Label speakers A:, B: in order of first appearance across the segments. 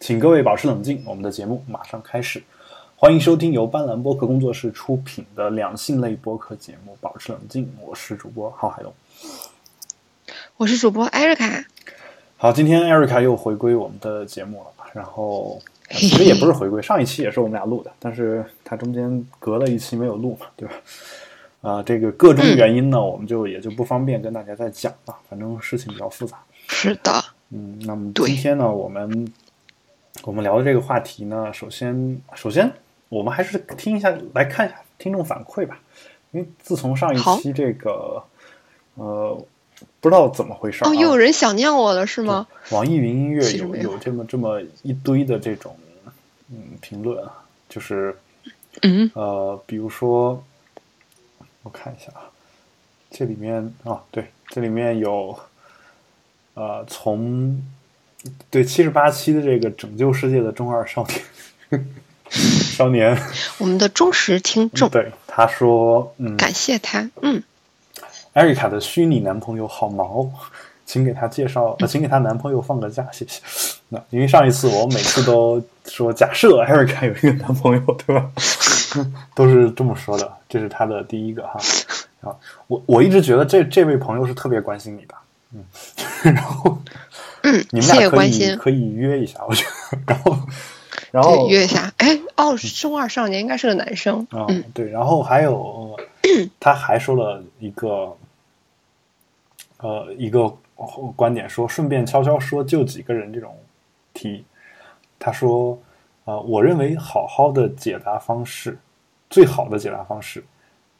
A: 请各位保持冷静，我们的节目马上开始。欢迎收听由斑斓播客工作室出品的两性类播客节目《保持冷静》，我是主播郝海东。
B: 我是主播艾瑞卡。
A: 好，今天 Erica 又回归我们的节目了，然后呃其实也不是回归，上一期也是我们俩录的，但是它中间隔了一期没有录嘛，对吧？啊、这个各种原因呢，我们就也就不方便跟大家再讲了，反正事情比较复杂。
B: 是的，
A: 嗯，那么
B: 对
A: 今天呢，我们我们聊的这个话题呢，首先首先我们还是听一下，来看一下听众反馈吧，因为自从上一
B: 好
A: 期这个呃不知道怎么回事儿、啊，
B: 哦，又有人想念我了是吗？
A: 网易云音乐
B: 其实
A: 有
B: 没有
A: 有这么这么一堆的这种嗯评论啊，就是
B: 嗯，
A: 呃，比如说我看一下啊，这里面啊，对，这里面有呃从对七十八期的这个拯救世界的中二少年 少年，
B: 我们的忠实听众，
A: 嗯对他说，嗯，
B: 感谢他。嗯，
A: 艾瑞卡的虚拟男朋友好毛， 请给她介绍，呃，请给她男朋友放个假，谢谢。那因为上一次我每次都说，假设艾瑞卡有一个男朋友，对吧？ 都是这么说的，这是她的第一个哈。啊，我我一直觉得这这位朋友是特别关心你的，嗯， 然后
B: 嗯，
A: 你们
B: 谢
A: 俩
B: 谢
A: 可
B: 关
A: 以
B: 心。
A: 可以约一下，我觉得。然后，然后
B: 对，约一下。哎，哦，中二少年应该是个男生。
A: 啊、
B: 嗯，
A: 对，然后还有，他还说了一个，呃，一个观点说，顺便悄悄说，就几个人这种题，他说，呃，我认为好好的解答方式，最好的解答方式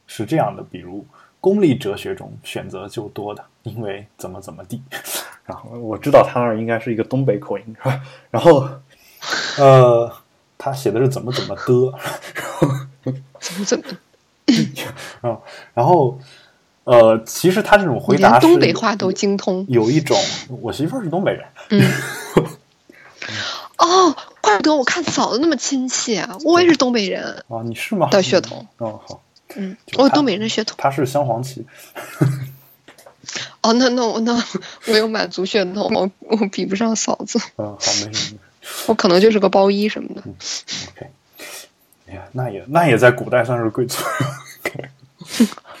A: 是这样的，比如功利哲学中选择就多的，因为怎么怎么地， 然后我知道他那儿应该是一个东北口音是吧？然后，呃，他写的是怎么怎么的。
B: 怎么怎么，
A: 啊然后，呃，其实他这种回答
B: 连
A: 是
B: 东北话都精通。
A: 有一种，我媳妇儿是东北人，
B: 哦，怪不得我看嫂子那么亲切啊，我也是东北人。
A: 啊，你是吗？
B: 的血统
A: 嗯。哦，好，
B: 嗯，
A: 就
B: 我有
A: 他
B: 东北人的血统。
A: 他是镶黄旗。
B: 哦，那那我那我有满族血统，我我比不上嫂子，
A: 嗯，好，没事没
B: 我可能就是个包衣什么的。
A: 嗯事，OK。哎呀，那也那也在古代算是贵族，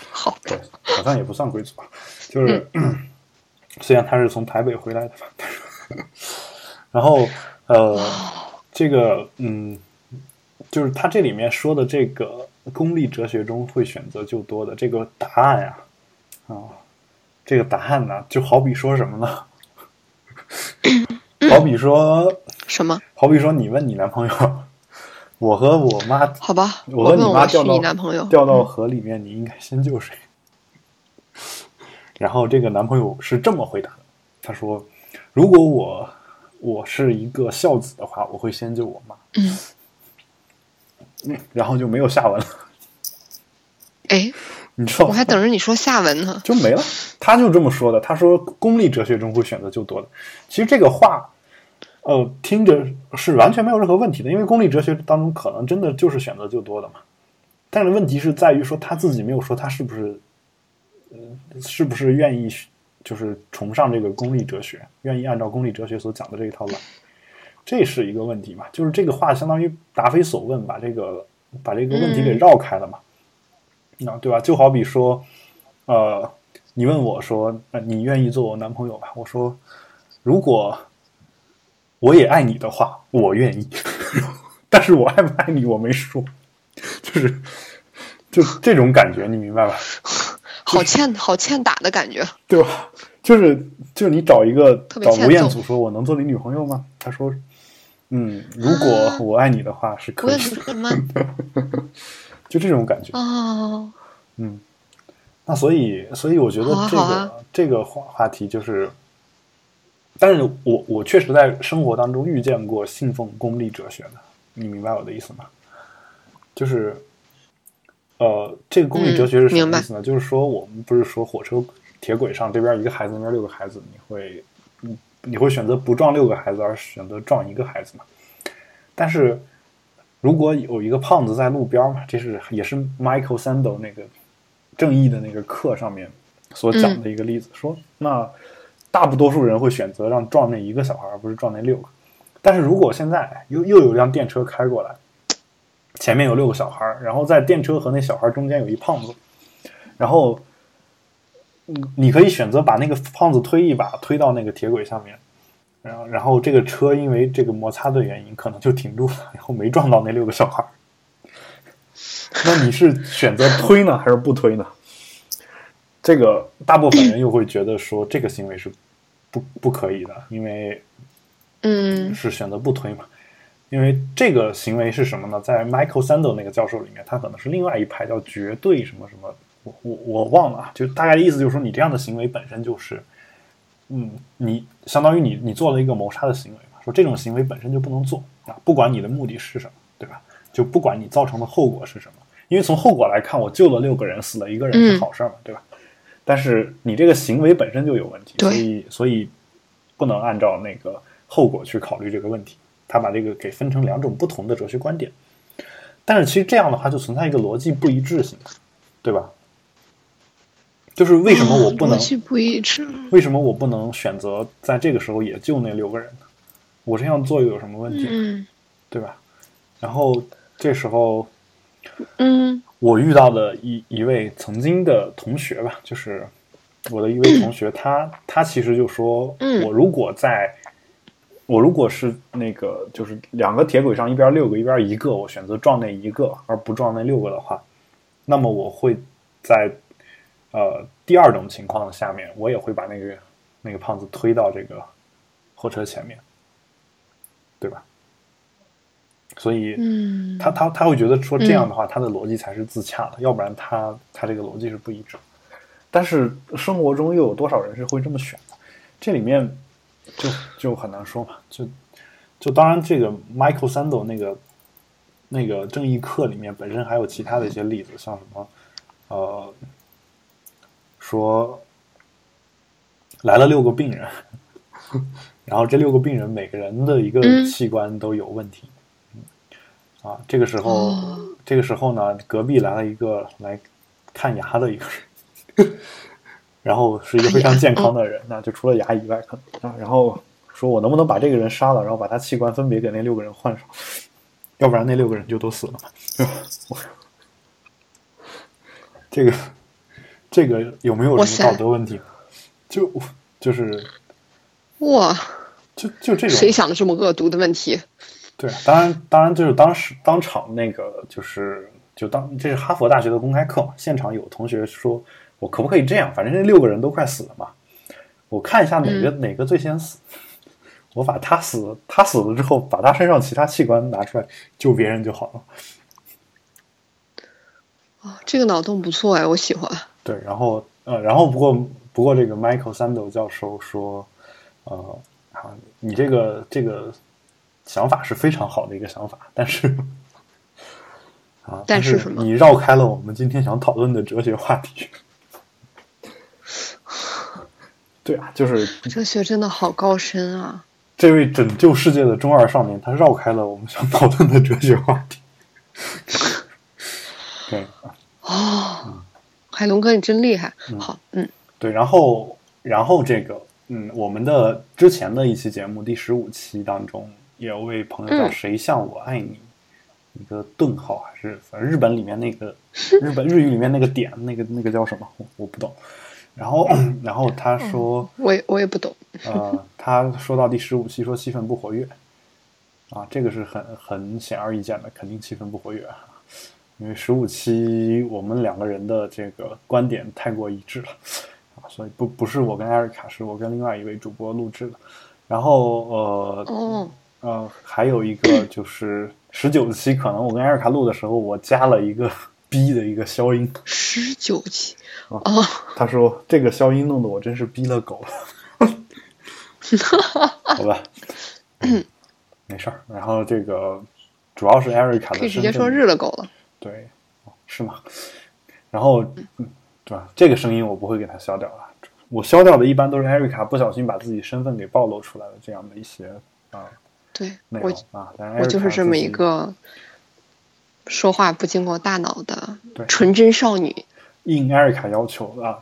B: 好
A: 对，好像也不算贵族吧，就是、 虽然他是从台北回来的吧，然后呃，这个嗯，就是他这里面说的这个功利哲学中会选择就多的这个答案呀、啊，这个答案呢、就好比说什么呢？好比说，
B: 什么？
A: 好比说，你问你男朋友，我和我妈，
B: 好吧，
A: 我和
B: 问
A: 你妈
B: 我
A: 掉
B: 是
A: 到
B: 你男朋友。
A: 掉到河里面，你应该先救谁？然后这个男朋友是这么回答的，他说：“如果我我是一个孝子的话，我会先救我妈。”嗯
B: 嗯，
A: 然后就没有下文了，
B: 哎，
A: 你知道
B: 我
A: 吗？
B: 还等着你说下文呢。
A: 就没了。他就这么说的，他说功利哲学中会选择救多的。其实这个话，呃，听着是完全没有任何问题的，因为功利哲学当中可能真的就是选择救多的嘛。但是问题是在于说他自己没有说他是不是，呃，是不是愿意就是崇尚这个功利哲学，愿意按照功利哲学所讲的这一套来，这是一个问题嘛？就是这个话相当于答非所问，把这个把这个问题给绕开了嘛。那对吧？就好比说，呃，你问我说，呃你愿意做我男朋友吧？我说，如果我也爱你的话，我愿意。 但是我爱不爱你，我没说，就是就这种感觉，你明白吧？
B: 好欠好欠打的感觉。
A: 对吧？就是就是你找一个
B: 特别
A: 找
B: 欠
A: 吴彦
B: 揍
A: 祖说，我能做你女朋友吗？他说，嗯，如果我爱你的话是
B: 啊我
A: 可
B: 也
A: 以
B: 是
A: 的，
B: 什么
A: 就这种感觉。
B: 哦，
A: 嗯，那所以，所以我觉得
B: 好
A: 这
B: 啊
A: 个、
B: 好啊
A: 这个话话题就是，但是我我确实在生活当中遇见过信奉功利哲学的，你明白我的意思吗？就是，呃，这个功利哲学是
B: 嗯
A: 什
B: 明
A: 么
B: 白
A: 意思呢？就是说，我们不是说火车铁轨上这边一个孩子，那边六个孩子，你会，你你会选择不撞六个孩子，而选择撞一个孩子嘛？但是如果有一个胖子在路边嘛，这是也是 Michael Sandel 那个正义的那个课上面所讲的一个例子，说那大不多数人会选择让撞那一个小孩，而不是撞那六个。但是如果现在又又有辆电车开过来，前面有六个小孩儿，然后在电车和那小孩儿中间有一胖子，然后，嗯你可以选择把那个胖子推一把，推到那个铁轨上面，然后然后这个车因为这个摩擦的原因，可能就停住了，然后没撞到那六个小孩儿。那你是选择推呢，还是不推呢？这个大部分人又会觉得说这个行为是不不可以的，因为
B: 嗯
A: 是选择不推嘛。因为这个行为是什么呢？在 Michael Sandel 那个教授里面，他可能是另外一派叫绝对什么什么，我我我忘了啊，就大概的意思就是说，你这样的行为本身就是，嗯，你相当于你你做了一个谋杀的行为嘛，说这种行为本身就不能做啊，不管你的目的是什么，对吧？就不管你造成的后果是什么，因为从后果来看，我救了六个人，死了一个人是
B: 嗯
A: 好事儿嘛，对吧？但是你这个行为本身就有问题，
B: 对
A: 所以所以不能按照那个后果去考虑这个问题。他把这个给分成两种不同的哲学观点，但是其实这样的话就存在一个逻辑不一致性，对吧？就是 为什么我不能、
B: 啊逻辑不一致？
A: 为什么我不能选择在这个时候也救那六个人呢？我这样做又有什么问题，
B: 嗯
A: 对吧？然后这时候
B: 嗯
A: 我遇到的一一位曾经的同学吧，就是我的一位同学，他他其实就说，
B: 嗯
A: 我如果在，我如果是那个就是两个铁轨上一边六个一边一个，我选择撞那一个而不撞那六个的话，那么我会在呃第二种情况下面，我也会把那个那个胖子推到这个货车前面，对吧？所以，
B: 嗯，
A: 他他他会觉得说这样的话，他的逻辑才是自洽的，要不然他他这个逻辑是不一致。但是生活中又有多少人是会这么选的？这里面就就很难说嘛。就就当然，这个 Michael Sandel 那个那个正义课里面本身还有其他的一些例子，像什么呃说来了六个病人， 然后这六个病人每个人的一个
B: 嗯
A: 器官都有问题。啊，这个时候，
B: 哦
A: 这个时候呢，隔壁来了一个来看牙的一个人，然后是一个非常健康的人，那就除了牙以外，可能啊，然后说我能不能把这个人杀了，然后把他器官分别给那六个人换上，要不然那六个人就都死了嘛。 对吧我这个这个有没有
B: 哇
A: 什
B: 塞
A: 么道德问题？就就是
B: 哇，
A: 就就这种
B: 谁想的这么恶毒的问题？
A: 对，啊当然，当然就是当时当场那个就是就当这是哈佛大学的公开课嘛，现场有同学说，我可不可以这样？反正这六个人都快死了嘛，我看一下哪个、哪个最先死，我把他死他死了之后，把他身上其他器官拿出来救别人就好了。
B: 哦，这个脑洞不错哎，我喜欢。
A: 对，然后呃，然后不过不过这个 Michael Sandel 教授说，呃，啊，你这个这个想法是非常好的一个想法，但是啊，
B: 但是
A: 是
B: 什么
A: 你绕开了我们今天想讨论的哲学话题。 对啊，就是
B: 哲学真的好高深啊！
A: 这位拯救世界的中二少年，他绕开了我们想讨论的哲学话题。 对，嗯
B: 哦，海龙哥你真厉害。好，嗯
A: 对，然后然后这个，嗯，我们的之前的一期节目第十五期当中，也有位朋友叫
B: 嗯
A: 谁像我爱你，一个顿号还是反正日本里面那个日本日语里面那个点，那个那个叫什么，我我不懂。然后然后他说，
B: 我也我也不懂。
A: 呃，他说到第十五期说气氛不活跃，啊，这个是很很显而易见的，肯定气氛不活跃，啊，因为十五期我们两个人的这个观点太过一致了，啊，所以不不是我跟艾瑞卡，是我跟另外一位主播录制的，然后呃
B: 哦，
A: 呃，还有一个就是十九期，可能我跟艾瑞卡录的时候，我加了一个 逼的一个消音，
B: 十九期
A: 哦
B: 哦，
A: 他说这个消音弄得我真是逼了 狗了，好吧，没事儿。然后这个主要是艾瑞卡的
B: 可以直
A: 身
B: 接
A: 份
B: 说日了狗了。
A: 对，哦是吗？然后，嗯对吧？这个声音我不会给它消掉了。我消掉的一般都是艾瑞卡不小心把自己身份给暴露出来的这样的一些啊
B: 对
A: 内
B: 我
A: 容啊。但是
B: 我就是
A: Erica
B: 这么
A: 自己
B: 一个说话不经过大脑的
A: 对
B: 纯真少女。
A: 应艾瑞卡要求啊，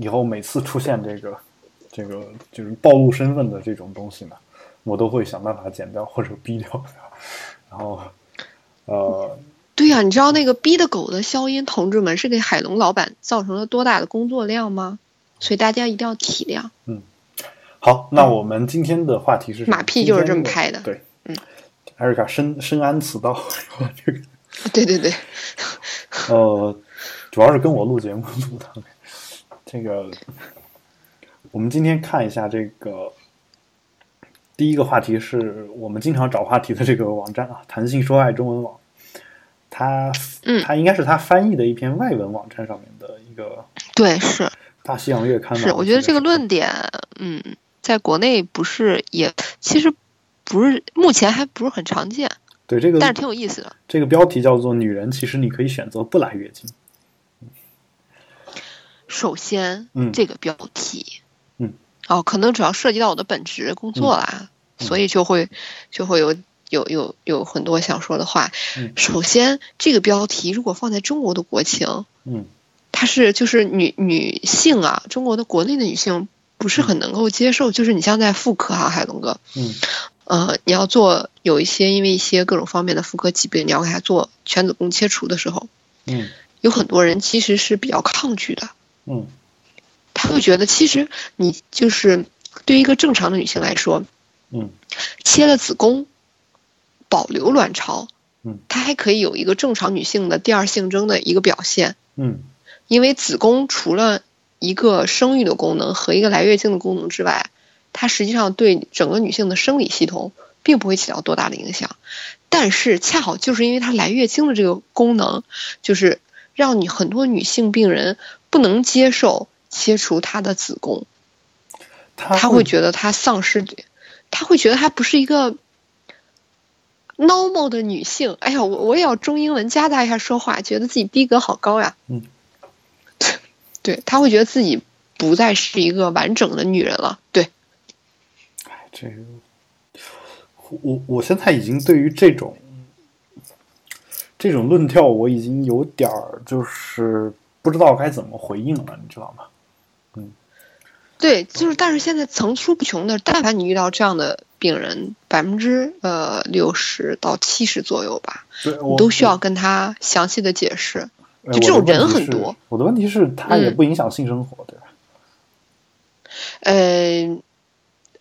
A: 以后每次出现这个这个就是暴露身份的这种东西呢，我都会想办法剪掉或者逼掉它。然后，呃，
B: 对呀、你知道那个逼的狗的消音，同志们是给海龙老板造成了多大的工作量吗？所以大家一定要体谅。
A: 好，那我们今天的话题是什么
B: 马屁就是这么
A: 今天
B: 拍的
A: 对，
B: 嗯，
A: 艾瑞卡深深谙此道， 这个
B: 对对对，
A: 呃，主要是跟我录节目录的。这个，我们今天看一下这个第一个话题是我们经常找话题的这个网站啊，弹性说爱中文网，它
B: 嗯
A: 它应该是它翻译的一篇外文网站上面的一个
B: 对是
A: 大西洋月刊吧。
B: 是，我觉得这个论点，嗯，在国内不是也其实不是目前还不是很常见，
A: 对这个
B: 但是挺有意思的。
A: 这个标题叫做“女人其实你可以选择不来月经”。
B: 首先，
A: 嗯
B: 这个标题，
A: 嗯，
B: 哦，可能主要涉及到我的本职工作啦，
A: 嗯
B: 所以就会就会有有有有很多想说的话。
A: 嗯
B: 首先，这个标题如果放在中国的国情，
A: 嗯
B: 它是就是女女性啊，中国的国内的女性不是很能够接受，就是你像在妇科哈、海龙哥，
A: 嗯
B: 呃，你要做有一些因为一些各种方面的妇科疾病，你要给她做全子宫切除的时候，
A: 嗯
B: 有很多人其实是比较抗拒的。
A: 嗯
B: 他会觉得，其实你就是对于一个正常的女性来说，
A: 嗯
B: 切了子宫，保留卵巢，
A: 嗯，
B: 它还可以有一个正常女性的第二性征的一个表现，
A: 嗯
B: 因为子宫除了一个生育的功能和一个来月经的功能之外，它实际上对整个女性的生理系统并不会起到多大的影响。但是恰好就是因为它来月经的这个功能，就是让你很多女性病人不能接受切除她的子宫。
A: 他
B: 他会觉得他丧失，他会觉得他不是一个 normal 的女性。哎呀，我我也要中英文夹杂一下说话，觉得自己逼格好高呀。
A: 嗯，
B: 对，他会觉得自己不再是一个完整的女人了。对，
A: 这个，我我现在已经对于这种这种论调，我已经有点儿就是不知道该怎么回应了，你知道吗？
B: 对，就是，但是现在层出不穷的，但凡你遇到这样的病人，百分之呃六十到七十左右吧，
A: 对，我
B: 你都需要跟他详细的解释。
A: 哎
B: 就这种人很多。
A: 我的问题是我的问题是，他也
B: 嗯
A: 不影响性生活，对吧？
B: 呃，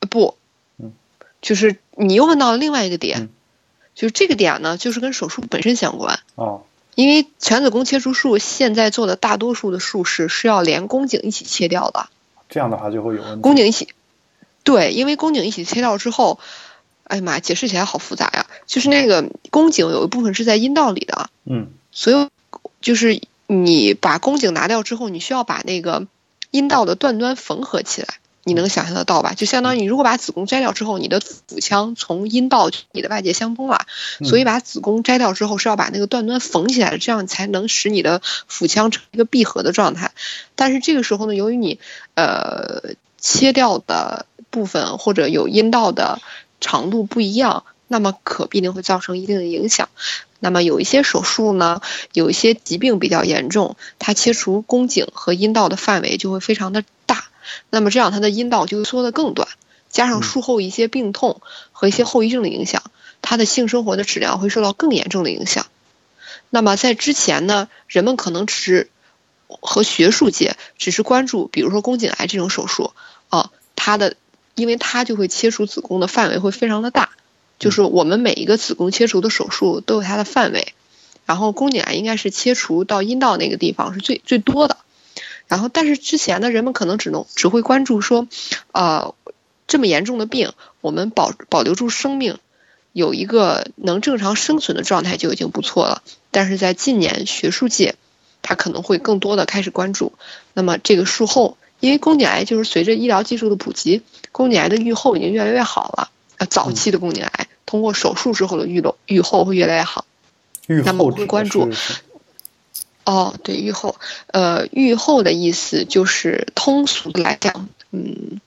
B: 不
A: 嗯，
B: 就是你又问到了另外一个点，
A: 嗯
B: 就是这个点呢，就是跟手术本身相关。
A: 啊，
B: 因为全子宫切除术现在做的大多数的术式是要连宫颈一起切掉的，
A: 这样的话就会有问
B: 宫
A: 题。
B: 颈一起，对，因为宫颈一起切掉之后，哎呀妈呀，解释起来好复杂呀。就是那个宫颈有一部分是在阴道里的，
A: 嗯
B: 所以就是你把宫颈拿掉之后，你需要把那个阴道的断端缝合起来。你能想象得到吧？就相当于你如果把子宫摘掉之后，你的腹腔从阴道就你的外界相通了，
A: 嗯
B: 所以把子宫摘掉之后是要把那个断端缝起来的，这样才能使你的腹腔成一个闭合的状态。但是这个时候呢，由于你呃切掉的部分或者有阴道的长度不一样，那么可必定会造成一定的影响。那么有一些手术呢，有一些疾病比较严重，它切除宫颈和阴道的范围就会非常的大，那么这样它的阴道就会缩得更短，加
A: 嗯
B: 上术后一些病痛和一些后遗症的影响，它的性生活的质量会受到更严重的影响。那么在之前呢，人们可能只是和学术界只是关注，比如说宫颈癌这种手术，啊，它的因为它就会切除子宫的范围会非常的大，就是我们每一个子宫切除的手术都有它的范围，然后宫颈癌应该是切除到阴道那个地方是最最多的。然后，但是之前呢，人们可能只能只会关注说，呃，这么严重的病，我们保保留住生命，有一个能正常生存的状态就已经不错了。但是在近年学术界，他可能会更多的开始关注，那么这个术后，因为宫颈癌就是随着医疗技术的普及，宫颈癌的预后已经越来越好了。呃，早期的宫颈癌通过手术之后的预后预后会越来越好。
A: 嗯愈
B: 那么
A: 后
B: 我
A: 指
B: 会
A: 的
B: 关注
A: 是
B: 哦，对，愈后，呃，愈后的意思就是通俗的来讲，嗯，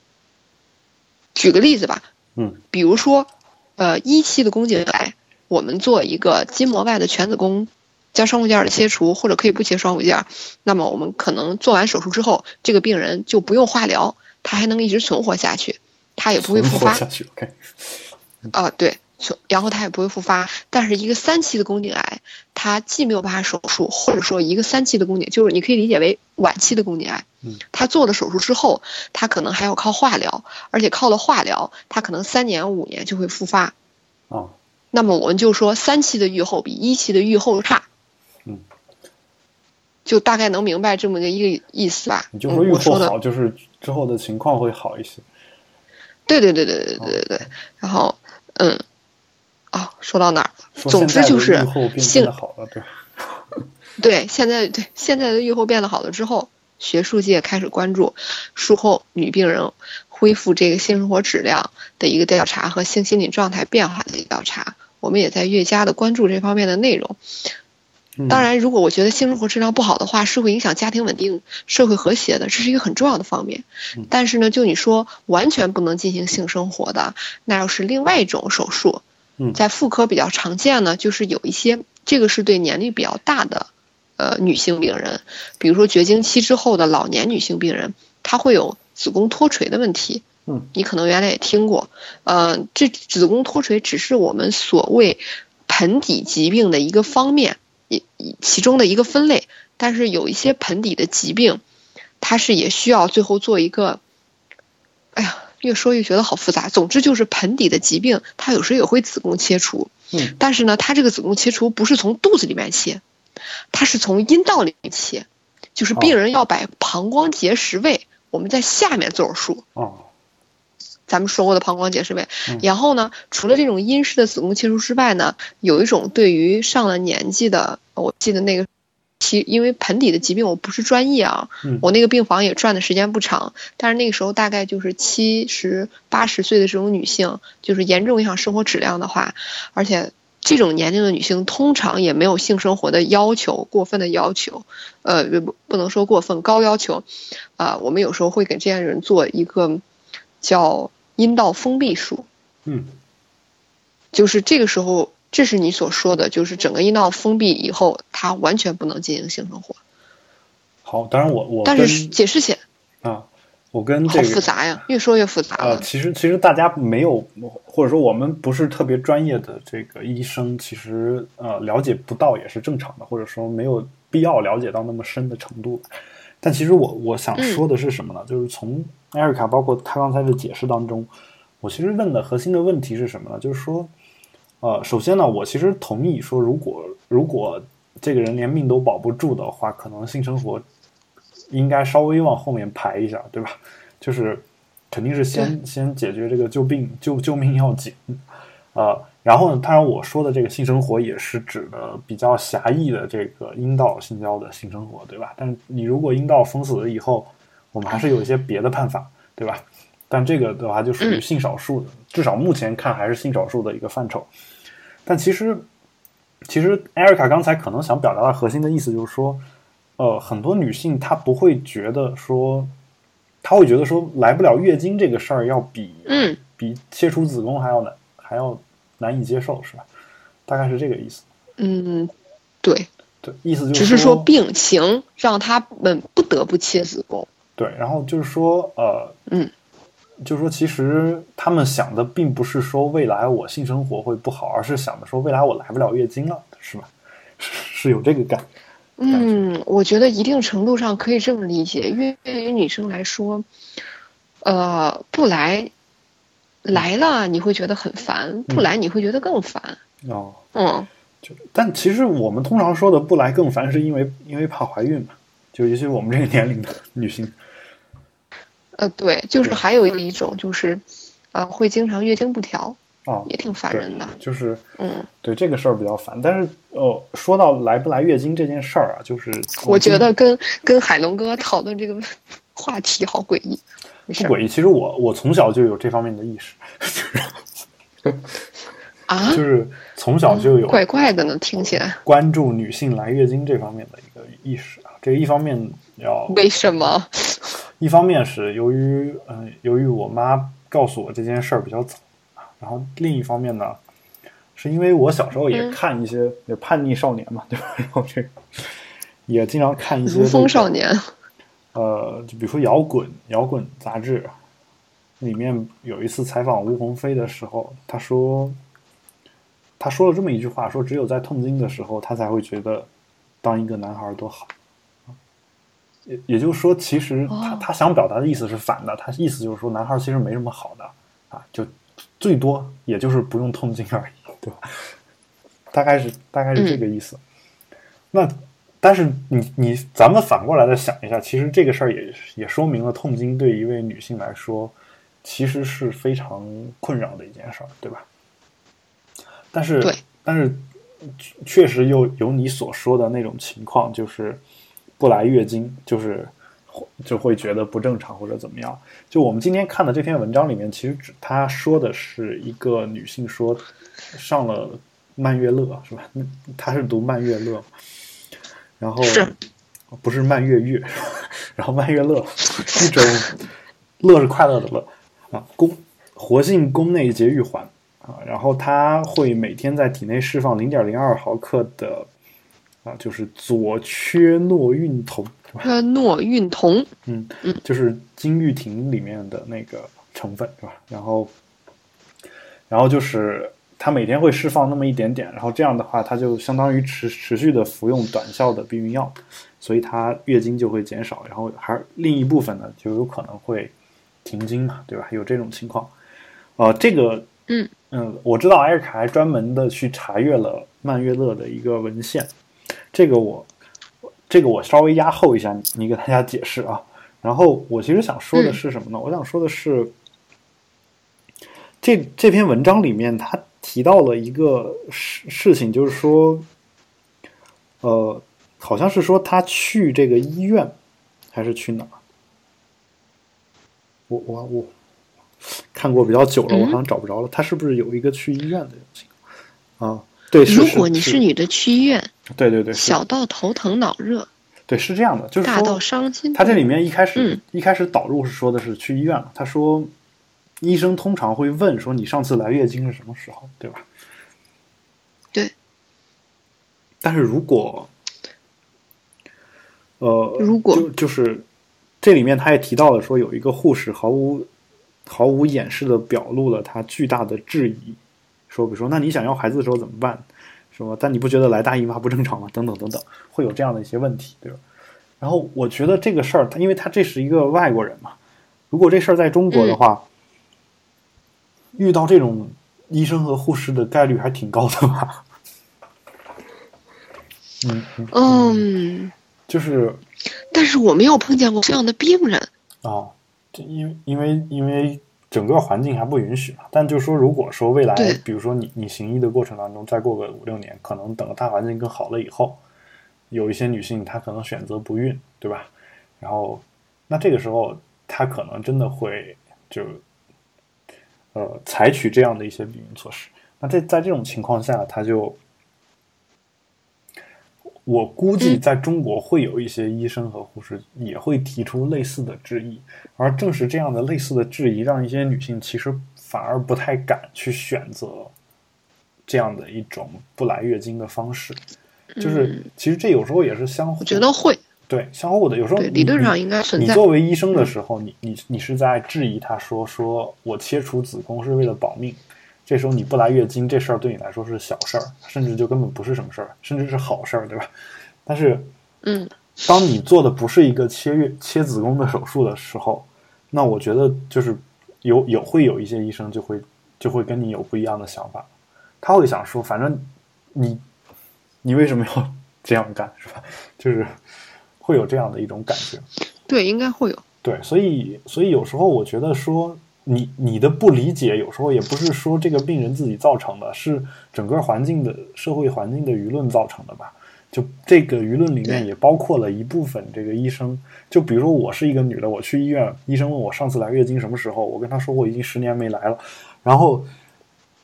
B: 举个例子吧，
A: 嗯
B: 比如说，呃，一期的宫颈癌，我们做一个筋膜外的全子宫加双股件儿的切除，或者可以不切双股件儿，那么我们可能做完手术之后，这个病人就不用化疗，他还能一直存活下去。它也不会复
A: 存活
B: 发
A: 下去。OK，
B: 啊、对，就然后它也不会复发。但是一个三期的宫颈癌，它既没有办法手术，或者说一个三期的宫颈，就是你可以理解为晚期的宫颈癌
A: 嗯，
B: 它做了手术之后，它可能还要靠化疗，而且靠了化疗，它可能三年五年就会复发。
A: 啊，
B: 那么我们就说三期的预后比一期的预后差。
A: 嗯，
B: 就大概能明白这么个一个意思吧。
A: 你就说
B: 嗯
A: 愈
B: 我
A: 后
B: 说的
A: 好，就是之后的情况会好一些。
B: 对对对对对对对对。然后，嗯，哦，说到哪儿了？
A: 说
B: 总
A: 现
B: 之
A: 在
B: 就
A: 的
B: 是
A: 愈后变
B: 性
A: 变得好了，对吧，
B: 对，现在对现在的预后变得好了之后，学术界开始关注术后女病人恢复这个性生活质量的一个调查和性心理状态变化的一个调查。我们也在越加的关注这方面的内容。
A: 嗯
B: 当然，如果我觉得性生活质量不好的话，是会影响家庭稳定、社会和谐的，这是一个很重要的方面
A: 嗯。
B: 但是呢，就你说完全不能进行性生活的，那又是另外一种手术
A: 嗯。
B: 在妇科比较常见呢，就是有一些，这个是对年龄比较大的，呃，女性病人，比如说绝经期之后的老年女性病人，她会有子宫脱垂的问题。
A: 嗯，
B: 你可能原来也听过，呃，这子宫脱垂只是我们所谓盆底疾病的一个方面，一一其中的一个分类。但是有一些盆底的疾病，它是也需要最后做一个，哎呀，越说越觉得好复杂。总之就是盆底的疾病，它有时候也会子宫切除，
A: 嗯
B: 但是呢，它这个子宫切除不是从肚子里面切，它是从阴道里面切，就是病人要把膀胱结石位，我们在下面做手术。
A: 哦，
B: 咱们说过的膀胱结石位
A: 嗯。
B: 然后呢，除了这种阴式的子宫切除之外呢，有一种对于上了年纪的，我记得那个其因为盆底的疾病我不是专业啊，
A: 嗯
B: 我那个病房也转的时间不长，但是那个时候大概就是七十八十岁的这种女性，就是严重影响生活质量的话，而且。这种年龄的女性通常也没有性生活的要求，过分的要求，呃，不不能说过分高要求，啊、我们有时候会给这样人做一个叫阴道封闭术，
A: 嗯
B: 就是这个时候，这是你所说的，就是整个阴道封闭以后，它完全不能进行性生活。
A: 好，当然我我
B: 但
A: 哦跟
B: 是解释起
A: 啊，我跟
B: 来好
A: 这
B: 复
A: 个
B: 杂呀，越说越复杂
A: 呃，
B: 了。
A: 其实其实大家没有，或者说我们不是特别专业的这个医生，其实呃了解不到也是正常的，或者说没有必要了解到那么深的程度。但其实我我想说的是什么呢？就是从艾瑞卡包括他刚才的解释当中，我其实问的核心的问题是什么呢？就是说，呃，首先呢，我其实同意说，如果如果这个人连命都保不住的话，可能性生活应该稍微往后面排一下，对吧？就是肯定是先先解决这个救病救救命要紧，呃，然后呢，当然我说的这个性生活也是指的比较狭义的这个阴道性交的性生活，对吧？但是你如果阴道封死了以后，我们还是有一些别的办法，对吧？但这个的话就
B: 嗯
A: 属于性少数的，至少目前看还是性少数的一个范畴。但其实，其实艾瑞卡刚才可能想表达的核心的意思就是说，呃，很多女性她不会觉得说，她会觉得说来不了月经这个事儿要比
B: 嗯，
A: 比切除子宫还要难，还要难以接受，是吧？大概是这个意思。
B: 嗯，对，
A: 对，意思就是
B: 只是说病情让他们不得不切子宫。
A: 对，然后就是说，呃，
B: 嗯，
A: 就是说，其实他们想的并不是说未来我性生活会不好，而是想的说未来我来不了月经了，是吧？是是有这个感觉。
B: 嗯，我觉得一定程度上可以这么理解，因为对于女生来说，呃，不来来了你会觉得很烦，
A: 嗯
B: 不来你会觉得更烦。
A: 哦，
B: 嗯，
A: 就但其实我们通常说的不来更烦，是因为因为怕怀孕嘛，就尤其是我们这个年龄的女性。
B: 呃，对，就是
A: 对
B: 还有一种就是，呃，会经常月经不调，
A: 啊，
B: 也挺烦
A: 对
B: 人的。
A: 就是
B: 嗯，
A: 对这个事儿比较烦，但是呃，说到来不来月经这件事儿啊，就是
B: 我觉得跟跟海龙哥讨论这个 话题好诡异。
A: 不
B: 没事儿
A: 诡异。其实我我从小就有这方面的意识，
B: 啊
A: 就，是从小就有
B: 怪怪的呢，听起来
A: 关注女性来月经这方面的一个意识啊。这个一方面要，
B: 为什么？
A: 一方面是由于嗯、呃由于我妈告诉我这件事儿比较早啊，然后另一方面呢，是因为我小时候也
B: 嗯
A: 看一些、也叛逆少年嘛，对吧？然后这个也经常看一些
B: 如
A: 这
B: 风
A: 个
B: 少年，
A: 呃，就比如说摇滚摇滚杂志，里面有一次采访吴鸿飞的时候，他说，他说了这么一句话，说只有在痛经的时候，他才会觉得当一个男孩儿多好。也也就是说，其实他
B: 哦
A: 他想表达的意思是反的，他意思就是说，男孩儿其实没什么好的啊，就最多也就是不用痛经而已，对吧？大概是大概是这个意思。那但是你你咱们反过来再想一下，其实这个事儿也也说明了痛经对一位女性来说其实是非常困扰的一件事儿，对吧？但是
B: 对
A: 但是确确实又有你所说的那种情况，就是不来月经，就是就会觉得不正常或者怎么样。就我们今天看的这篇文章里面，其实只他说的是一个女性说上了曼月乐是吧？嗯她是读曼月乐嘛，然后
B: 是
A: 不是曼月月， 然后曼月乐一种乐是快乐的乐啊，宫活性宫内节育环啊，然后它会每天在体内释放零点零二毫克的啊，就是左缺诺孕酮是吧？
B: 呃，诺孕酮，
A: 嗯
B: 嗯，
A: 就是金玉婷里面的那个成分是吧？然后，然后就是它每天会释放那么一点点，然后这样的话，它就相当于持持续的服用短效的避孕药，所以它月经就会减少，然后还另一部分呢，就有可能会停经嘛，对吧？有这种情况，呃，这个，
B: 嗯
A: 嗯，我知道艾瑞卡还专门的去查阅了曼月乐的一个文献，这个我。这个我稍微压后一下，你你给大家解释啊。然后我其实想说的是什么呢？我想说的是，这这篇文章里面他提到了一个事事情，就是说，呃，好像是说他去这个医院，还是去哪儿？我我我看过比较久了，
B: 嗯
A: 我好像找不着了。他是不是有一个去医院的情况？啊，对，是
B: 如果你
A: 是
B: 是，女的去医院，
A: 对对对，是
B: 小到头疼脑热，
A: 对是这样的，就是
B: 大
A: 说
B: 到伤心。
A: 他这里面一开始、
B: 嗯
A: 一开始导入是说的是去医院了，他说医生通常会问说你上次来月经是什么时候，对吧？
B: 对，
A: 但是如果呃，
B: 如果
A: 就就是这里面他也提到了说有一个护士毫无毫无掩饰的表露了他巨大的质疑，说比如说那你想要孩子的时候怎么办？说但你不觉得来大姨妈不正常吗？等等等等，会有这样的一些问题，对吧？然后我觉得这个事儿，他因为他这是一个外国人嘛，如果这事儿在中国的话，遇到这种医生和护士的概率还挺高的吧？ 嗯，嗯
B: 嗯，
A: 就是
B: 但是我没有碰见过这样的病人。
A: 哦，这因因为因为整个环境还不允许嘛。但就是说，如果说未来
B: 对，
A: 比如说你你行医的过程当中，再过个五六年，可能等大环境更好了以后，有一些女性她可能选择不孕，对吧？然后那这个时候她可能真的会就呃采取这样的一些避孕措施。那这在这种情况下，她就。我估计
B: 嗯
A: 在中国会有一些医生和护士也会提出类似的质疑，而正是这样的类似的质疑，让一些女性其实反而不太敢去选择这样的一种不来月经的方式。就是
B: 嗯，
A: 其实这有时候也是相互，
B: 我觉得会，
A: 对相互的。有时候
B: 对，
A: 嗯你
B: 理论上
A: 你
B: 应该存
A: 你
B: 在。
A: 作为医生的时候，你你你是在质疑他说说我切除子宫是为了保命，这时候你不来月经这事儿对你来说是小事儿，甚至就根本不是什么事儿，甚至是好事儿，对吧？但是
B: 嗯，
A: 当你做的不是一个切月切子宫的手术的时候，那我觉得就是有有会有一些医生就会就会跟你有不一样的想法，他会想说，反正你你为什么要这样干是吧？就是会有这样的一种感觉。
B: 对，应该会有。
A: 对，所以所以有时候我觉得说你你的不理解，有时候也不是说这个病人自己造成的，是整个环境的社会环境的舆论造成的吧。就这个舆论里面
B: 对
A: 也包括了一部分这个医生，就比如说我是一个女的，我去医院，医生问我上次来月经什么时候，我跟他说我已经十年没来了，然后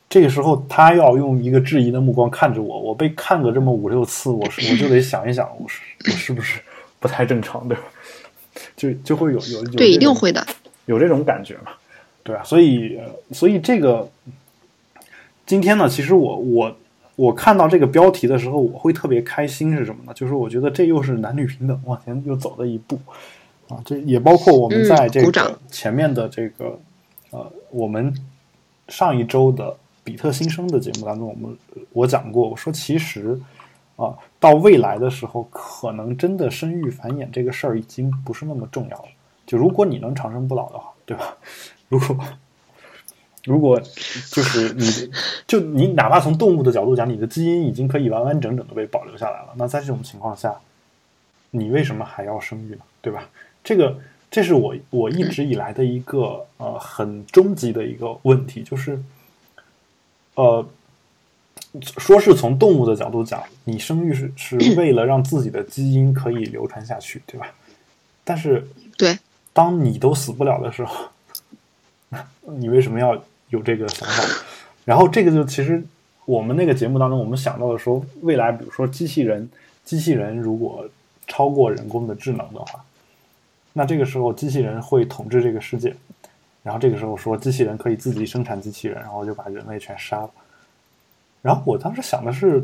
A: 这个时候他要用一个质疑的目光看着我，我被看个这么五六次，我是我就得想一想，我是我是不是不太正常，对吧？就就会有有有
B: 对，一
A: 这啊种
B: 定会的。
A: 有这种感觉嘛，对啊，所以呃所以这个今天呢，其实我我我看到这个标题的时候，我会特别开心是什么呢？就是我觉得这又是男女平等往前又走的一步啊，这也包括我们
B: 嗯
A: 在这
B: 鼓
A: 个
B: 掌
A: 前面的这个呃，我们上一周的比特新生的节目当中，我们呃我讲过，我说其实啊、到未来的时候，可能真的生育繁衍这个事儿已经不是那么重要了。就如果你能长生不老的话，对吧？如果如果就是你，就你哪怕从动物的角度讲，你的基因已经可以完完整整的被保留下来了，那在这种情况下，你为什么还要生育呢？对吧？这个，这是我我一直以来的一个呃很终极的一个问题，就是，呃，说是从动物的角度讲，你生育是是为了让自己的基因可以流传下去，对吧？但是
B: 对，
A: 当你都死不了的时候，你为什么要有这个想法？然后这个就其实我们那个节目当中，我们想到的说，未来比如说机器人，机器人如果超过人工的智能的话，那这个时候机器人会统治这个世界。然后这个时候说机器人可以自己生产机器人，然后就把人类全杀了。然后我当时想的是，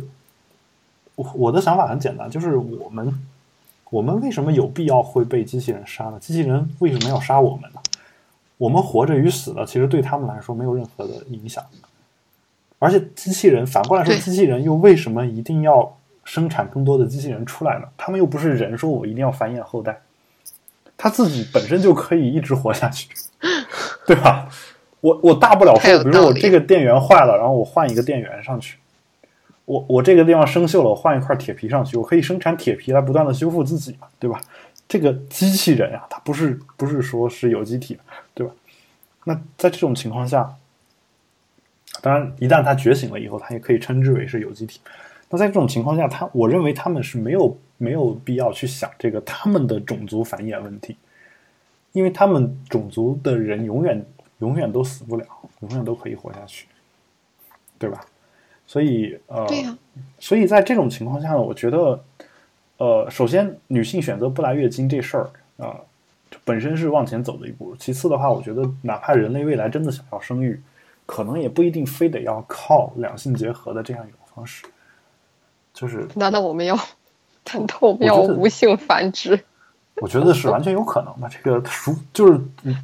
A: 我我的想法很简单，就是我们我们为什么有必要会被机器人杀呢？机器人为什么要杀我们呢？我们活着与死了，其实对他们来说没有任何的影响。而且机器人反过来说，
B: 对
A: 机器人又为什么一定要生产更多的机器人出来呢？他们又不是人，说我一定要繁衍后代，他自己本身就可以一直活下 去，对吧？我我大不了
B: 太
A: 说，
B: 有
A: 比如说我
B: 道理
A: 这个电源坏了，然后我换一个电源上去，我我这个地方生锈了，我换一块铁皮上去，我可以生产铁皮来不断的修复自己嘛，对吧？这个机器人啊，它不是不是说是有机体的，对吧？那在这种情况下，当然一旦它觉醒了以后，它也可以称之为是有机体。那在这种情况下，他我认为他们是没有没有必要去想这个他们的种族繁衍问题，因为他们种族的人永远永远都死不了，永远都可以活下去，对吧？所以呃，
B: 对呀、
A: 所以在这种情况下呢，我觉得，呃，首先女性选择不来月经这事儿啊、这本身是往前走的一步。其次的话，我觉得哪怕人类未来真的想要生育，可能也不一定非得要靠两性结合的这样一种方式。就是
C: 难道我们要？难道我们要
A: 我觉得
C: 无性繁殖？
A: 我觉得是完全有可能的，这个熟就是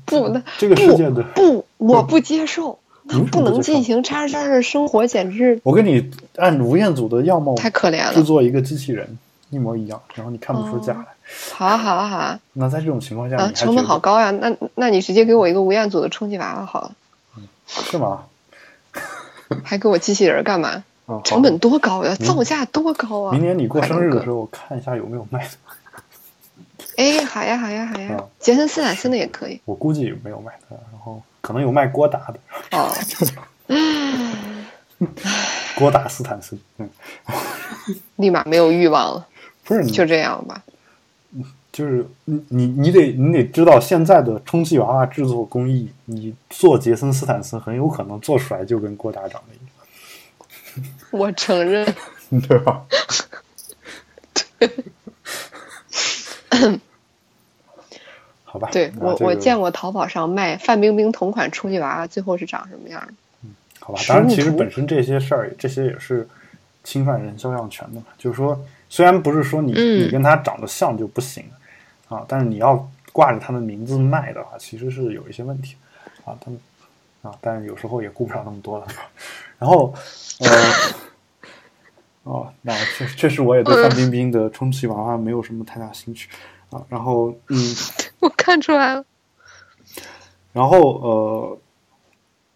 C: 不那
A: 这个世界的，
C: 不，我不接受，那
A: 凭什么
C: 不
A: 不
C: 能
A: 接受
C: 进行叉叉的生活，简直
A: 我跟你按吴彦祖的样貌
B: 太可怜
A: 制
B: 了。
A: 作一个机器人一模一样，然后你看不出假来。
B: 好啊好啊好啊，
A: 那在这种情况下，
B: 啊，
A: 你还
B: 成
A: 觉
B: 本
A: 得
B: 好高呀。那那你直接给我一个吴彦祖的充气娃娃好了，
A: 是吗？
B: 还给我机器人干嘛？
A: 啊，好
B: 成本多高呀，造价多高啊
A: 明！年你过生日的时候，我看一下有没有卖的。
B: 哎，好呀好呀好呀
A: 嗯，
B: 杰森斯坦森的也可以
A: 我估计没有卖的，然后可能有卖郭达的，
B: 哦。
A: 郭达斯坦森。嗯，
B: 立马没有欲望了，
A: 不是你，
B: 就这 样吧。
A: 就是你你你得你得知道现在的充气娃娃制作工艺，你做杰森斯坦森很有可能做出来就跟郭达长得一
C: 我承认。
A: 样，对 吧？好吧，
B: 对
A: 那
B: 我
A: 啊这个
B: 我见过淘宝上卖范冰冰同款充气娃娃，最后是长什么样儿的？
A: 好吧，
B: 实
A: 当然，
B: 物
A: 其实
B: 图
A: 本身这些事儿，这些也是侵犯人肖像权的嘛。就是说，虽然不是说你、
B: 嗯
A: 你跟他长得像就不行啊，但是你要挂着他的名字卖的话，其实是有一些问题啊。他们啊，但是有时候也顾不上那么多了，对吧？然后，呃，哦，那确实确实我也对范冰冰的充气娃娃没有什么太大兴趣啊。然后，嗯。
B: 我看出来了，
A: 然后呃，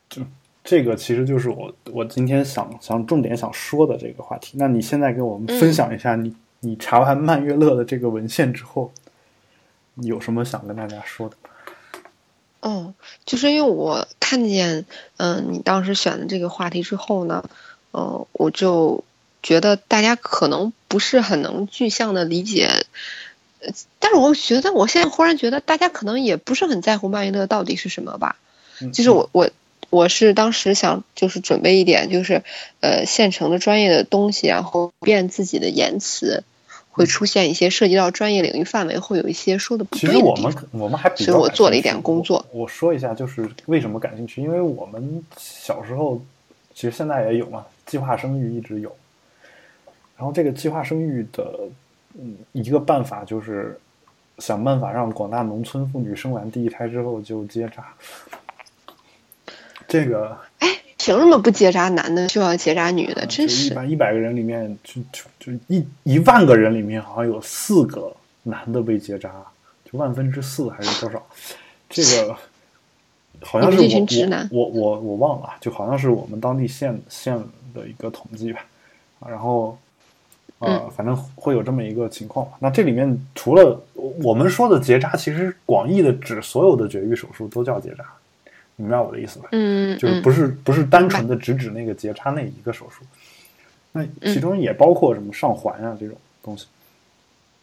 A: 这这个其实就是我我今天想想重点想说的这个话题。那你现在给我们分享一下你、你查完曼月乐的这个文献之后，你有什么想跟大家说的？
B: 嗯，就是因为我看见，嗯、你当时选的这个话题之后呢，嗯、我就觉得大家可能不是很能具象的理解，呃，但是我觉得我现在忽然觉得大家可能也不是很在乎曼娱乐到底是什么吧，
A: 嗯
B: 就是我我我是当时想就是准备一点就是呃现成的专业的东西，然后变自己的言辞，会出现一些涉及到专业领域范围会有一些说的不
A: 嗯其
B: 对的
A: 实
B: 地
A: 我
B: 方。
A: 们可我们还比较
B: 所以我
A: 感
B: 做了
A: 兴
B: 一点
A: 趣
B: 工作
A: 我。我说一下，就是为什么感兴趣，因为我们小时候其实现在也有嘛，计划生育一直有。然后这个计划生育的嗯一个办法就是想办法让广大农村妇女生完第一胎之后就接扎。这个
B: 哎，凭什么不结扎男的就要结扎女的？
A: 啊就
B: 真
A: 一
B: 是
A: 百一百个人里面，就就就一一万个人里面，好像有四个男的被结扎，就万分之四还是多少？这个好像是
B: 你们这群直男
A: 我我我我我忘了，就好像是我们当地县县的一个统计吧。啊然后呃，反正会有这么一个情况吧。那这里面除了我我们说的结扎，其实广义的指所有的绝育手术都叫结扎，你明白我的意思吧？
B: 嗯
A: 就是
B: 嗯
A: 不是不是单纯的只指那个结扎那一个手术，那
B: 嗯
A: 其中也包括什么上环啊这种东西。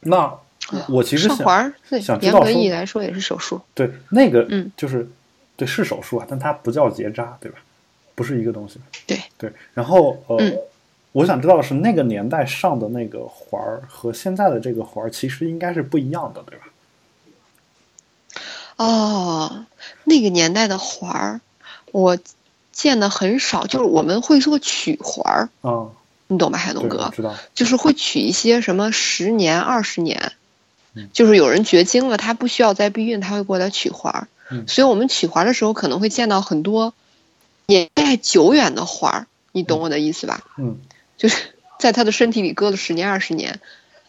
A: 那
B: 嗯
A: 我其实
B: 上环
A: 想
B: 儿，对
A: 想，知
B: 严
A: 道
B: 格
A: 说
B: 意义来说也是手术。
A: 对那个
B: 嗯
A: 就是对是手术啊，但它不叫结扎，对吧？不是一个东西。
B: 对
A: 对，然后呃
B: 嗯，
A: 我想知道的是那个年代上的那个环儿和现在的这个环儿其实应该是不一样的，对吧？
B: 哦，那个年代的环儿，我见的很少，就是我们会做取环儿，
A: 啊，
B: 你懂吧，海
A: 对，我
B: 东哥？
A: 知道。
B: 就是会取一些什么十年、二十年
A: 嗯，
B: 就是有人绝经了，他不需要再避孕，他会过来取环儿。
A: 嗯
B: 所以我们取环儿的时候，可能会见到很多年代久远的环儿，你懂我的意思吧？
A: 嗯
B: 就是 在他的身体里搁了十年二十年，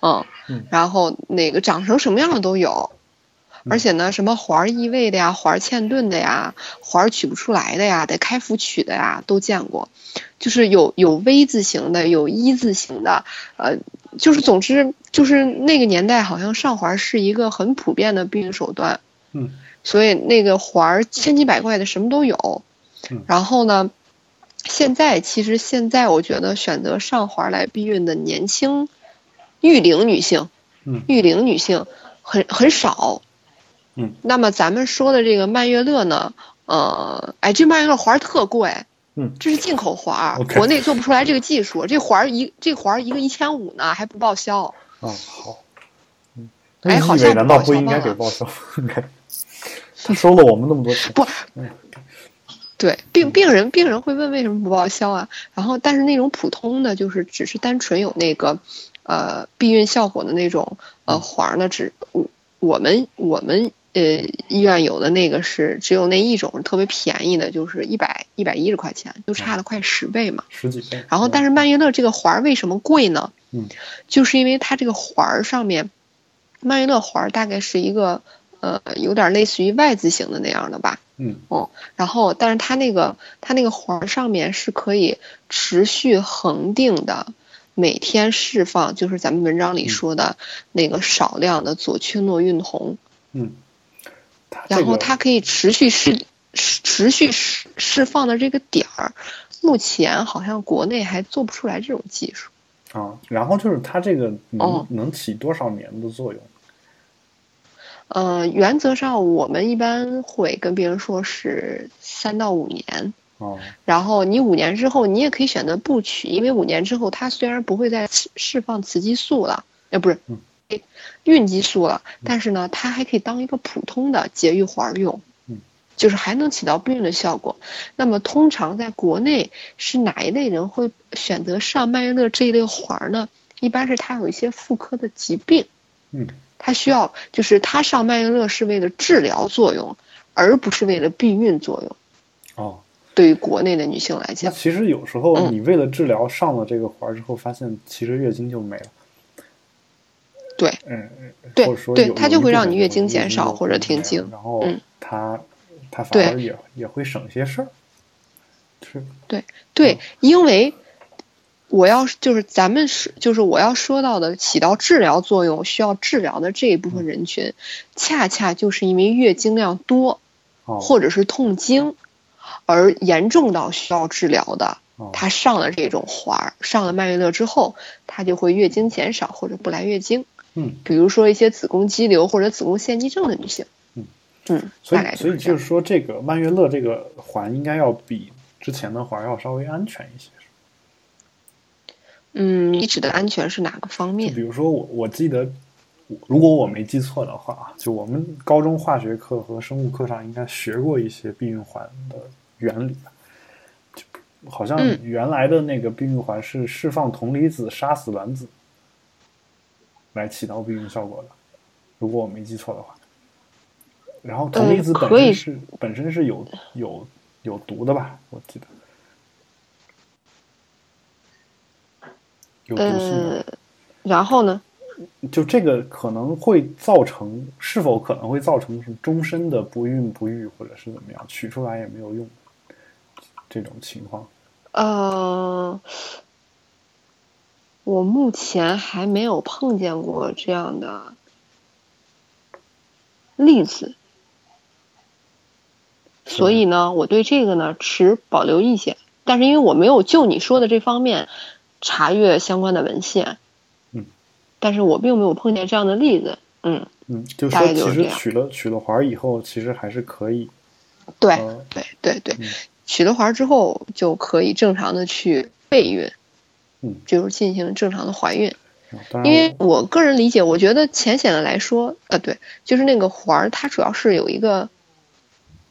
B: 嗯，
A: 嗯
B: 然后哪个长成什么样的都有，
A: 嗯
B: 而且呢，什么环儿异位的呀，环儿嵌顿的呀，环儿取不出来的呀，得开腹取的呀，都见过，就是有有 V 字形的，有一、字形的，呃，就是总之就是那个年代好像上环是一个很普遍的避孕手段，
A: 嗯，
B: 所以那个环儿千奇百怪的什么都有
A: 嗯，
B: 然后呢。现在其实现在我觉得选择上环来避孕的年轻育龄女性，
A: 嗯
B: 育龄女性很很少。
A: 嗯，
B: 那么咱们说的这个曼月乐呢，呃，哎，这曼月乐环儿特贵。
A: 嗯
B: 这是进口环儿
A: OK
B: 国内做不出来这个技术。这环儿一这环儿一个一千五呢，还不报销。
A: 啊，好。嗯
B: 哎好
A: 那意
B: 像
A: 味
B: 不
A: 难道
B: 报
A: 不
B: 销
A: 应该
B: 忘
A: 给
B: 了
A: 报销？应该，他收了我们那么多钱。
B: 不对，病病人病人会问为什么不报销啊？然后，但是那种普通的，就是只是单纯有那个，呃，避孕效果的那种呃环儿呢，只我我们我们呃医院有的那个是只有那一种特别便宜的，就是一百一百一十块钱，就差了快十倍嘛。
A: 十几倍。
B: 然后，但
A: 是
B: 是曼月乐这个环儿为什么贵呢？
A: 嗯，
B: 就是因为它这个环儿上面，曼月乐环儿大概是一个呃有点类似于 Y 字形的那样的吧。
A: 嗯
B: 然后，但是它那个它那个环儿上面是可以持续恒定的，每天释放，就是咱们文
A: 嗯
B: 章里说的那个少量的左曲诺孕酮，
A: 嗯，他这
B: 然后
A: 个
B: 它可以持续释释持续释释放的这个点儿，目前好像国内还做不出来这种技术。
A: 啊，然后就是他这个能、
B: 哦
A: 能起多少年的作用？
B: 呃，原则上我们一般会跟病人说是三到五年，
A: 啊，
B: 然后你五年之后，你也可以选择不取，因为五年之后它虽然不会再释释放雌激素了，呃，不是
A: 嗯，
B: 孕激素了，但是呢，它还可以当一个普通的节育环儿用
A: 嗯，
B: 就是还能起到避孕的效果。那么通常在国内是哪一类人会选择上曼月乐这一类环儿呢？一般是他有一些妇科的疾病，
A: 嗯，
B: 他需要就是他上曼月乐是为了治疗作用，而不是为了避孕作用。
A: 哦，
B: 对于国内的女性来
A: 那
B: 讲，
A: 其实有时候
B: 嗯
A: 你为了治疗上了这个环儿之后，发现其实月经就没了。
B: 对，
A: 嗯，嗯嗯
B: 对
A: 或者说
B: 对
A: 有
B: 它就会让你月经减少或者停，
A: 有一部分人就没了
B: 经
A: 然后
B: 嗯
A: 他他反
B: 对
A: 而也也会省些事儿，是嗯
B: 对，因为我要是就是咱们是就是我要说到的起到治疗作用需要治疗的这一部分人
A: 嗯
B: 群，恰恰就是因为月经量多
A: 哦，
B: 或者是痛经，而严重到需要治疗的，
A: 哦
B: 他上了这种环儿，上了曼月乐之后，他就会月经减少或者不来月经，
A: 嗯，
B: 比如说一些子宫肌瘤或者子宫腺肌症的女性，
A: 嗯
B: 嗯，
A: 所
B: 大概
A: 以所以
B: 是这
A: 就
B: 样
A: 是说，这个曼月乐这个环应该要比之前的环要稍微安全一些。
B: 嗯，你指的安全是哪个方面
A: 就？比如说我我记得，如果我没记错的话啊，就我们高中化学课和生物课上应该学过一些避孕环的原理吧。就好像
B: 嗯
A: 原来的那个避孕环是释放铜离子杀死卵子，来起到避孕效果的。如果我没记错的话，然后铜离子
B: 嗯
A: 本
B: 可以
A: 身是、本身是有有有毒的吧？我记得有毒性的。
C: 呃，然后呢？
A: 就这个可能会造成，是否可能会造成是终身的不孕不育，或者是怎么样，取出来也没有用，这种情况。
C: 呃，我目前还没有碰见过这样的例子，所以呢，我对这个呢持保留意见。但是因为我没有就你说的这方面查阅相关的文献，
A: 嗯，
C: 但是我并没有碰见这样的例子，嗯，
A: 嗯，就
C: 大
A: 说
C: 概就
A: 其
C: 是这
A: 实
C: 样
A: 取了取了环儿以后，其实还是可以。
C: 对
A: 呃
B: 对对对
A: 嗯，
B: 取了环儿之后就可以正常的去备孕，
A: 嗯，
B: 就是进行正常的怀孕。
A: 啊当
B: 因
A: 然
B: 为，我个人理解，我觉得浅显的来说，呃，对，就是那个环儿，它主要是有一个，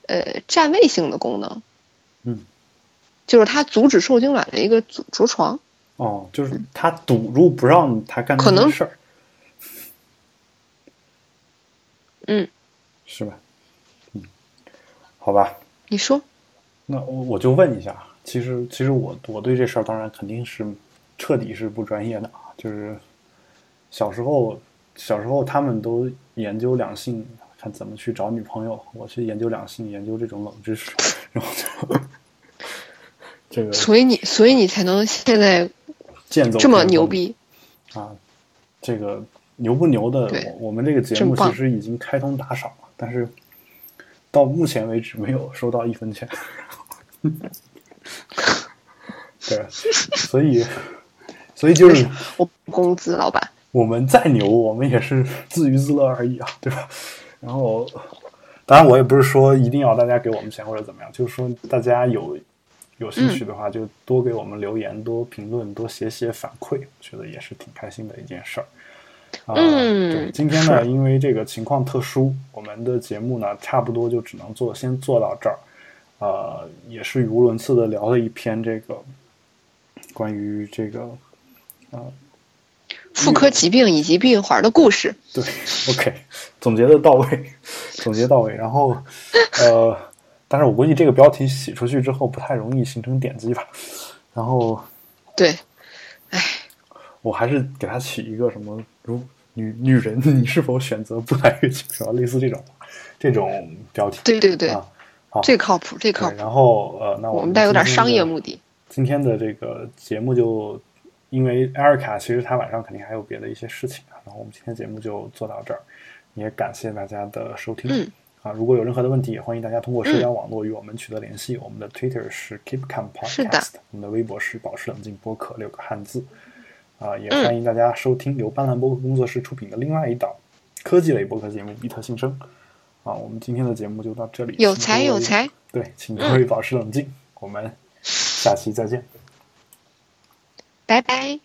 B: 呃，占位性的功能，
A: 嗯，
B: 就是它阻止受精卵的一个阻着床，
A: 哦，就是他堵住不让他干这
B: 可能
A: 件事儿。
B: 嗯，
A: 是吧？嗯，好吧。
B: 你说
A: 那我我就问一下，啊其实其实我我对这事儿当然肯定是彻底是不专业的啊，就是小时候小时候他们都研究两性，看怎么去找女朋友，我去研究两性，研究这种冷知识， 然后就 这个
B: 所以你，所以你才能现在
A: 剑走
B: 这么
A: 偏锋
B: 牛逼，
A: 啊！这个牛不牛的
B: 对，
A: 我我们这个节
B: 真
A: 目其
B: 棒
A: 实已经开通打赏了，但是到目前为止没有收到一分 钱。对，所以所以就是
B: 我工资，老板，
A: 我们再牛，我们也是自娱自乐而已啊，对吧？然后，当然我也不是说一定要大家给我们钱或者怎么样，就是说大家有有兴趣的话，就多给我们留言、多评论、多写写反馈，我觉得也是挺开心的一件事儿。啊、
B: 嗯
A: 对，今天呢，因为这个情况特殊，我们的节目呢，差不多就只能做，先做到这儿。呃，也是语无伦次的聊了一篇这个关于这个
B: 妇科疾病以及避孕环儿的故事，
A: 对，OK，总结的到位，总结到位。然后，呃，但是我估计这个标题洗出去之后不太容易形成点击吧。然后
B: 对，
A: 我还是给它起一个什么，如女女人，你是否选择不来月经？什么类似这种这种标题。
B: 对对对，
A: 啊，好，
B: 这靠谱，这靠
A: 对。
B: 谱，
A: 然后呃，那
B: 我
A: 们
B: 们带有点
A: 今天
B: 商业
A: 的
B: 目的，
A: 今天的这个节目就，因为艾尔卡其实她晚上肯定还有别的一些事情啊，然后我们今天节目就做到这儿，也感谢大家的收听。
B: 嗯
A: 啊，如果有任何的问题，也欢迎大家通过社交网络与我们取得联系。我们的 Twitter 是 Keep Calm
B: 是的
A: Podcast，我们的微博是保持冷静播客六个汉字。啊，也
B: 嗯
A: 欢迎大家收听由斑斓播客工作室出品的另外一档科技类播客节目《比特新生》。啊，我们今天的节目就到这里。
B: 有
A: 请
B: 才
A: 各
B: 有
A: 位
B: 才，嗯
A: 对，请各位保持冷静，我们下期再见。
B: 拜拜。